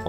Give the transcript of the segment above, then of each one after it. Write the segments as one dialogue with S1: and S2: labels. S1: 我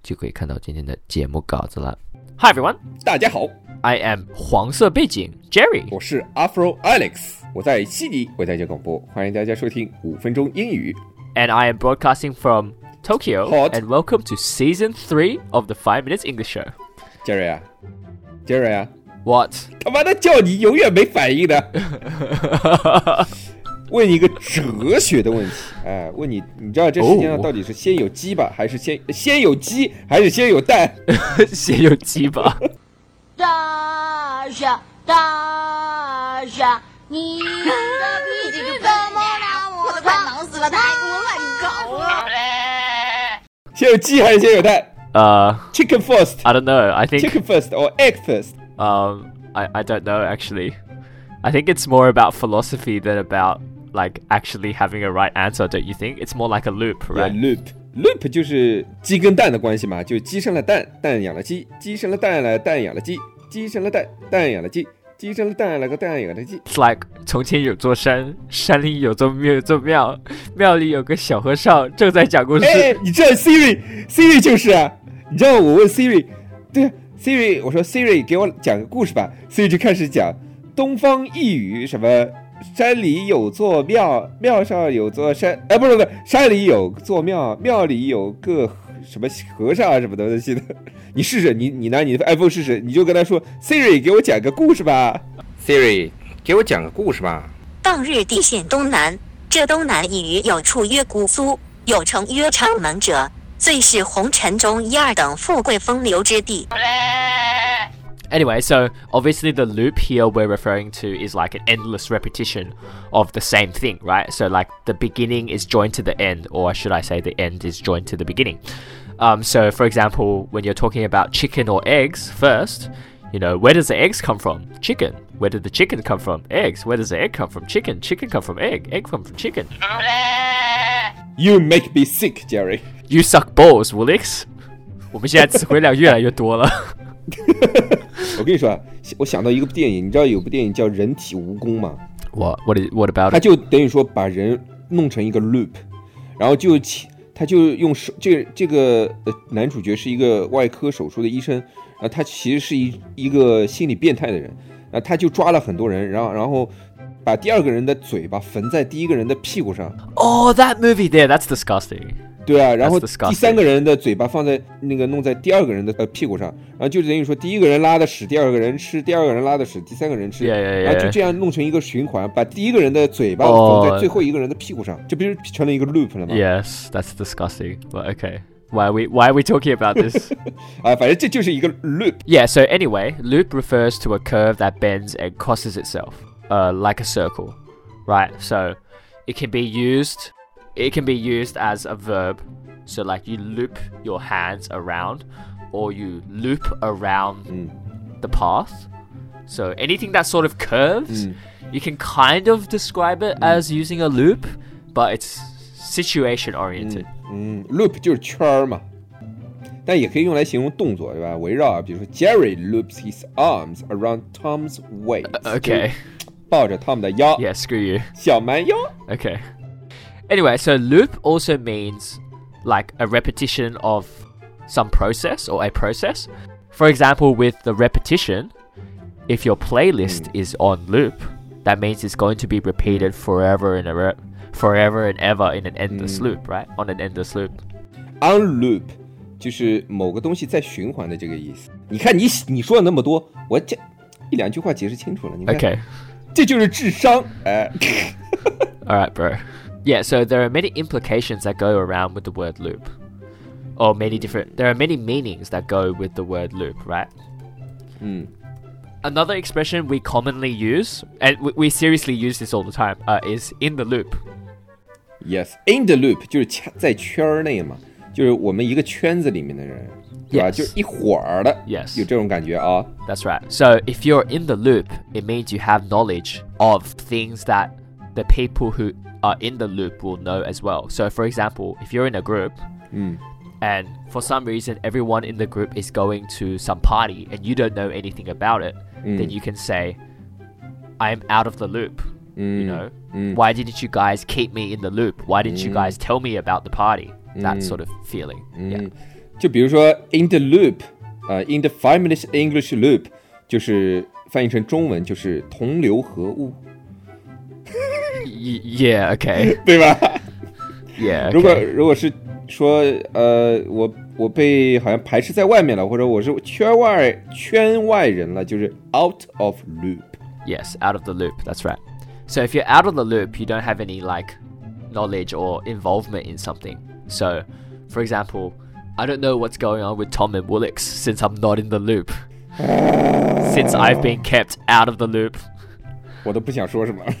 S2: 就可以看到今天的节目稿子了。Hi everyone,
S3: 大家好，
S2: I am 黄色背景 Jerry。
S3: 我是 Afro Alex，我在悉尼为大家广播，欢迎大家收听五分钟英语。
S2: And I am broadcasting from Tokyo.
S3: Hot.
S2: And welcome to season three of the Five Minutes English Show.
S3: Jerry 啊，Jerry 啊，
S2: What？
S3: 他妈的叫你永远没反应的。 问一个哲学的问题，哎，问你，你知道这世界上
S2: 哦
S3: 到底是先有鸡吧，还是先先有鸡，还是先有蛋？
S2: 先有鸡吧。
S4: 大侠，大侠，你的脾气就怎么让我的快忙死了，太给我乱搞了。
S3: 先有鸡还是先有蛋
S2: 呃、
S3: ？Chicken first,
S2: i don't know. I think
S3: chicken first or egg first？
S2: Um, I, I don't know actually. I think it's more about philosophy than about like actually having a right answer, don't you think? It's more like a loop,
S3: Yeah,
S2: right?
S3: 呃 loop loop 就是鸡跟蛋的关系嘛，就是鸡生了蛋，蛋养了鸡，鸡生了蛋了，蛋养了鸡，鸡生了蛋，蛋养了鸡，鸡生了蛋了个蛋养了鸡。
S2: It's like 从前有座山，山里有座庙，有座庙，庙里有个小和尚正在讲故事。
S3: 哎，你知道 Siri Siri 就是啊，你知道我问 Siri，对啊 Siri，我说 Siri 给我讲个故事吧，Siri 就开始讲东方一语什么。山里有座庙，庙上有座山，哎，不是不是，山里有座庙，庙里有个和什么和尚啊什么东西的。你试试，你你拿你的 iPhone 试试，你就跟他说 Siri 给我讲个故事吧。Siri 给我讲个故事吧。
S5: 当日地陷东南，这东南一隅有处曰姑苏，有称曰昌门者，最是红尘中一二等富贵风流之地。
S2: Anyway, so obviously the loop here we're referring to is like an endless repetition of the same thing, right? So like the beginning is joined to the end, or should I say the end is joined to the beginning. Um, so for example, when you're talking about chicken or eggs first, you know, where does the eggs come from? Chicken. Where did the chicken come from? Eggs. Where does the egg come from? Chicken. Chicken come from egg. Egg come from chicken.
S3: You make me sick, Jerry.
S2: You suck balls, Woolix. 我们现在词汇量越来越多了。
S3: 我跟你说啊，我想到一个电影，你知道有部电影叫《人体蜈蚣》吗？
S2: What? What? Is, what about
S3: 它
S2: it?
S3: 就等于说把人弄成一个 loop，然后就起他就用手，这这个呃男主角是一个外科手术的医生，然后他其实是一一个心理变态的人，然后他就抓了很多人，然后然后把第二个人的嘴巴缝在第一个人的屁股上，
S2: Oh, that movie there. That's disgusting.
S3: 对啊，然后
S2: That's disgusting.
S3: 第三个人的嘴巴放在那个弄在第二个人的呃屁股上，然后就等于说第一个人拉的屎，第二个人吃，第二个人拉的屎，第三个人吃
S2: Yeah, yeah, yeah.
S3: 然后就这样弄成一个循环，把第一个人的嘴巴
S2: 哦
S3: 缝在最后一个人的屁股上，这不是成了一个 loop 了吗？
S2: Yes, that's disgusting. But okay. Why are we why are we talking about this?
S3: 啊，反正这就是一个 loop。
S2: yeah, so anyway, loop refers to a curve that bends and crosses itself, uh, like a circle. Right? So it can be used it can be used as a verb. So like you loop your hands around or you loop around the path. So anything that sort of curves, you can kind of describe it as using a loop, but it's situation oriented.
S3: 嗯，loop 就是圈儿嘛，但也可以用来形容动作，对吧？围绕啊，比如说 Jerry loops his arms around Tom's waist，就是
S2: Uh, Okay.
S3: 抱着 Tom 的腰
S2: Yeah, screw you.
S3: 小蛮腰。
S2: Okay. Anyway, so loop also means like a repetition of some process or a process. For example, with the repetition, if your playlist is on loop, that means it's going to be repeated forever and ever, forever and ever in an endless loop, right? On an endless loop.
S3: on loop 就是某个东西在循环的这个意思。你看你你说了那么多，我这一两句话解释清楚了。你看
S2: Okay.
S3: 这就是智商。哎，
S2: All right, bro. Yeah, so there are many implications that go around with the word loop. Or many different there are many meanings that go with the word loop, right? Another expression we commonly use, and we, we seriously use this all the time, uh, is in the loop.
S3: Yes，in the loop 就是掐在圈儿内嘛，就是我们一个圈子里面的人，对吧
S2: Yes
S3: 就是一伙儿的
S2: Yes
S3: 有这种感觉啊。
S2: That's right. So if you're in the loop, it means you have knowledge of things that the people who are in the loop will know as well. So for example, if you're in a group and for some reason everyone in the group is going to some party and you don't know anything about it, then you can say, I'm out of the loop. You know, why didn't you guys keep me in the loop? Why didn't you guys tell me about the party? That sort of feeling. Yeah.
S3: 就比如说 in the loop，呃，in the five minutes English loop，就是翻译成中文就是同流合污，
S2: Y- yeah, okay.
S3: 对吧？
S2: Yeah.
S3: 如果
S2: okay.
S3: 如果是说呃，我我被好像排斥在外面了，或者我是圈外圈外人了，就是 out of loop。
S2: Yes, out of the loop. That's right. So if you're out of the loop, you don't have any like knowledge or involvement in something. So, for example, I don't know what's going on with Tom and Woolix since I'm not in the loop. since I've been kept out of the loop.
S3: 我都不想说什么了。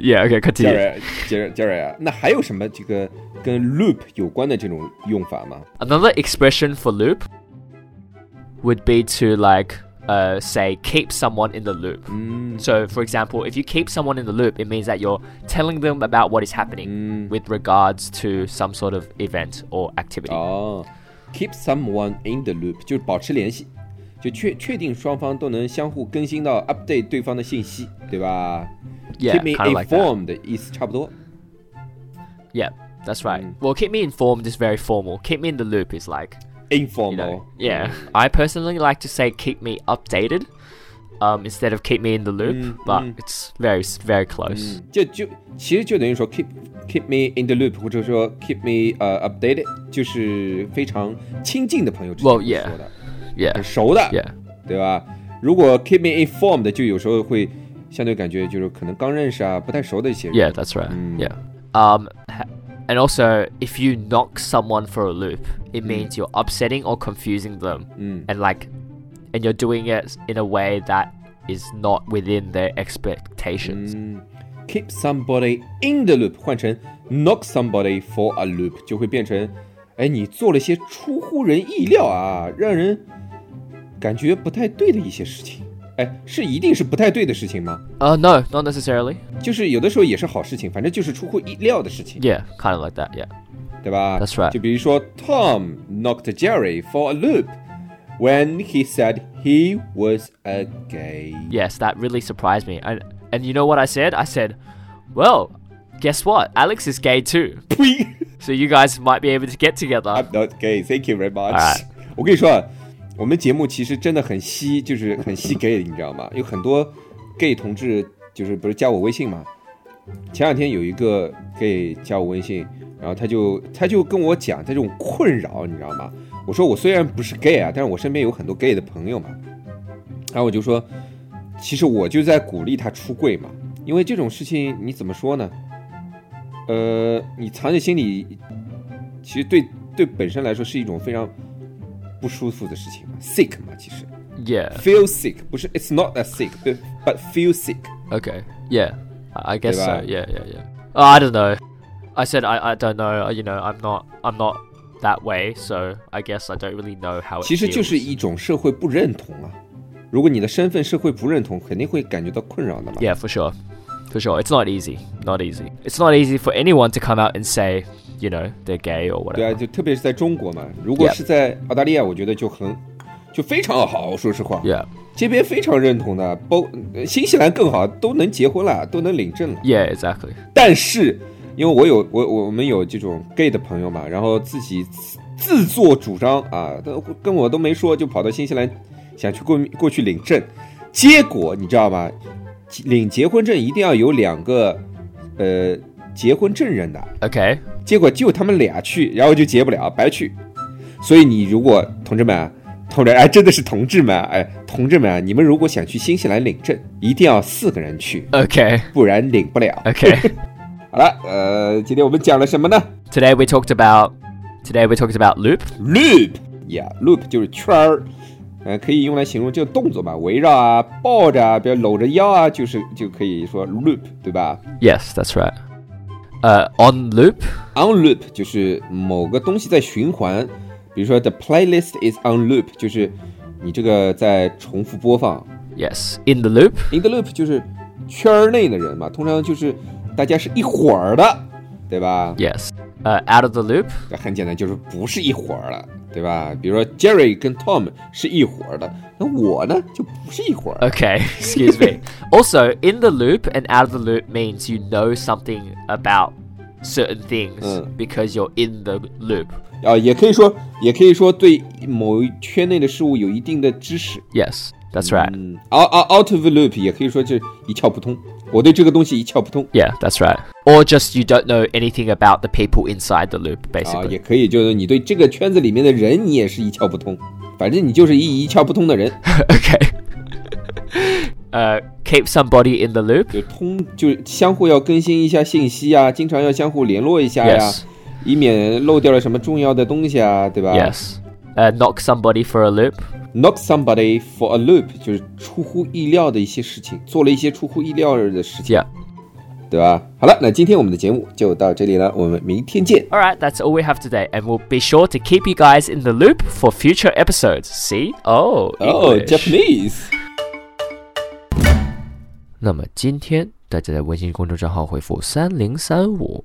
S2: yeah.
S3: 杰
S2: Okay. Continue.
S3: 瑞，杰瑞，杰瑞啊，那还有什么这个跟 loop 有关的这种用法吗？
S2: Another expression for loop would be to like uh, say keep someone in the loop.
S3: Mm.
S2: So, for example, if you keep someone in the loop, it means that you're telling them about what is
S3: Mm.
S2: happening with regards to some sort of event or activity.
S3: 哦，keep someone in the loop 就是保持联系，就确确定双方都能相互更新到 update 对方的信息，对吧
S2: Yeah,
S3: keep me
S2: kinda like that.
S3: informed 的意思差不多。
S2: Yeah, that's right.
S3: Mm.
S2: Well, keep me informed is very formal. Keep me in the loop is like, you know,
S3: informal，
S2: yeah. I personally like to say keep me updated um, instead of keep me in the loop,
S3: Mm.
S2: but it's very, s- very close.
S3: 就就其实就等于说 keep keep me in the loop，或者说 keep me 呃、updated，就是非常亲近的朋友之间
S2: Well,
S3: 会
S2: yeah
S3: 说的，
S2: Yeah,
S3: 很熟的
S2: yeah,
S3: 对吧？如果 keep me informed，就有时候会相对感觉就是可能刚认识啊，不太熟的一些人。
S2: yeah, that's right. Yeah. Um, ha- and also, if you knock someone for a loop, it means you're upsetting or confusing them, and like, and you're doing it in a way that is not within their expectations.
S3: Keep somebody in the loop 换成 knock somebody for a loop 就会变成，哎，你做了一些出乎人意料啊，让人感觉不太对的一些事情。哎，是一定是不太对的事情吗？
S2: Uh, no, not necessarily.
S3: 就是有的时候也是好事情，反正就是出乎意料的事情
S2: Yeah, kind of like that. Yeah.
S3: 对吧
S2: That's right
S3: 就比如说 Tom knocked Jerry for a loop when he said he was a gay。
S2: Yes, that really surprised me. And and you know what I said? I said, "Well, guess what? Alex is gay too.
S3: 呸！
S2: So you guys might be able to get together."
S3: I'm not gay. Thank you very much.
S2: 哎
S3: 我跟你说，啊，我们节目其实真的很吸，就是很吸 gay，你知道吗？有很多 gay 同志，就是不是加我微信嘛？前两天有一个 gay 加我微信，然后他就他就跟我讲他这种困扰，你知道吗？我说我虽然不是 gay 啊，但是我身边有很多 gay 的朋友嘛。然后我就说，其实我就在鼓励他出柜嘛，因为这种事情你怎么说呢？呃，你藏在心里其实对对本身来说是一种非常不舒服的事情嘛，sick 嘛，其实
S2: yeah.
S3: feel sick 不是，it's not a sick，but but feel sick。
S2: Okay. Yeah. I I guess so.
S3: Goodbye.
S2: Yeah, yeah, yeah. Uh, I don't know. I said I, I don't know. uh, You know, I'm not I'm not that way. So I guess I don't really know how it
S3: 其实就
S2: feels.
S3: 是一种社会不认同啊。如果你的身份社会不认同，肯定会感觉到困扰的嘛。
S2: Yeah, for sure. For sure. It's not easy. Not easy. It's not easy for anyone to come out and say, you know, they're gay or
S3: 对
S2: whatever.
S3: 啊，就特别是在中国嘛，如果
S2: Yeah.
S3: 是在澳大利亚，我觉得就很就非常好，说实话
S2: Yeah.
S3: 这边非常认同的，包呃新西兰更好，都能结婚了，都能领证了。
S2: Yeah, exactly.
S3: 但是因为我有我我我们有这种 gay 的朋友嘛，然后自己自自作主张啊，都跟我都没说，就跑到新西兰想去过过去领证，结果你知道吗？领结婚证一定要有两个呃结婚证人的，
S2: Okay.
S3: 结果就他们俩去，然后就结不了，白去。所以你如果同志们啊，同志哎，真的是同志们啊哎，同志们啊，你们如果想去新西兰领证，一定要四个人去，
S2: Okay.
S3: 不然领不了。
S2: Okay.
S3: 好了，呃，今天我们讲了什么呢
S2: Today we talked about today we talked about loop.
S3: ？loop，yeah，loop 就是圈儿，呃，可以用来形容这个动作嘛，围绕啊、抱着啊，比如搂着腰啊，就是就可以说 loop，对吧
S2: Yes, that's right. Uh, on loop.
S3: ？on loop 就是某个东西在循环，比如说 the playlist is on loop，就是你这个在重复播放。
S2: Yes, in the loop.
S3: in the loop 就是圈儿内的人嘛，通常就是大家是一伙儿的，对吧？
S2: Yes. Uh, out of the loop.
S3: 这很简单，就是不是一伙儿了，对吧？比如说 Jerry 跟 Tom 是一伙儿的，那我呢就不是一伙儿。
S2: Okay, excuse me. Also, in the loop and out of the loop means you know something about certain things
S3: Mm.
S2: because you're in the loop.
S3: 啊，也可以说，也可以说对某一圈内的事物有一定的知识。
S2: Yes, that's right.
S3: 嗯，out out out of the loop 也可以说就是一窍不通，我对这个东西一窍不通
S2: Yeah, that's right. Or just you don't know anything about the people inside the loop,
S3: 啊，也
S2: basically.
S3: 可以就是你对这个圈子里面的人你也是一窍不通，反正你就是一一窍不通的人，
S2: okay. uh, keep somebody in the loop.
S3: 就通就是相互要更新一下信息啊，经常要相互联络一下呀
S2: Yes.
S3: 以免漏掉了什么重要的东西啊，对吧
S2: Yes. Uh, knock somebody for a loop.
S3: knock somebody for a loop 就是出乎意料的一些事情，做了一些出乎意料的事情
S2: Yeah.
S3: 对吧？好了，那今天我们的节目就到这里了，我们明天见，
S2: All right, that's all we have today, and we'll be sure to keep you guys in the loop for future episodes. See? Oh,
S3: 哦、
S2: English.
S3: j a p a n e s e
S2: 那么今天大家在微信公众账号回复三零三五，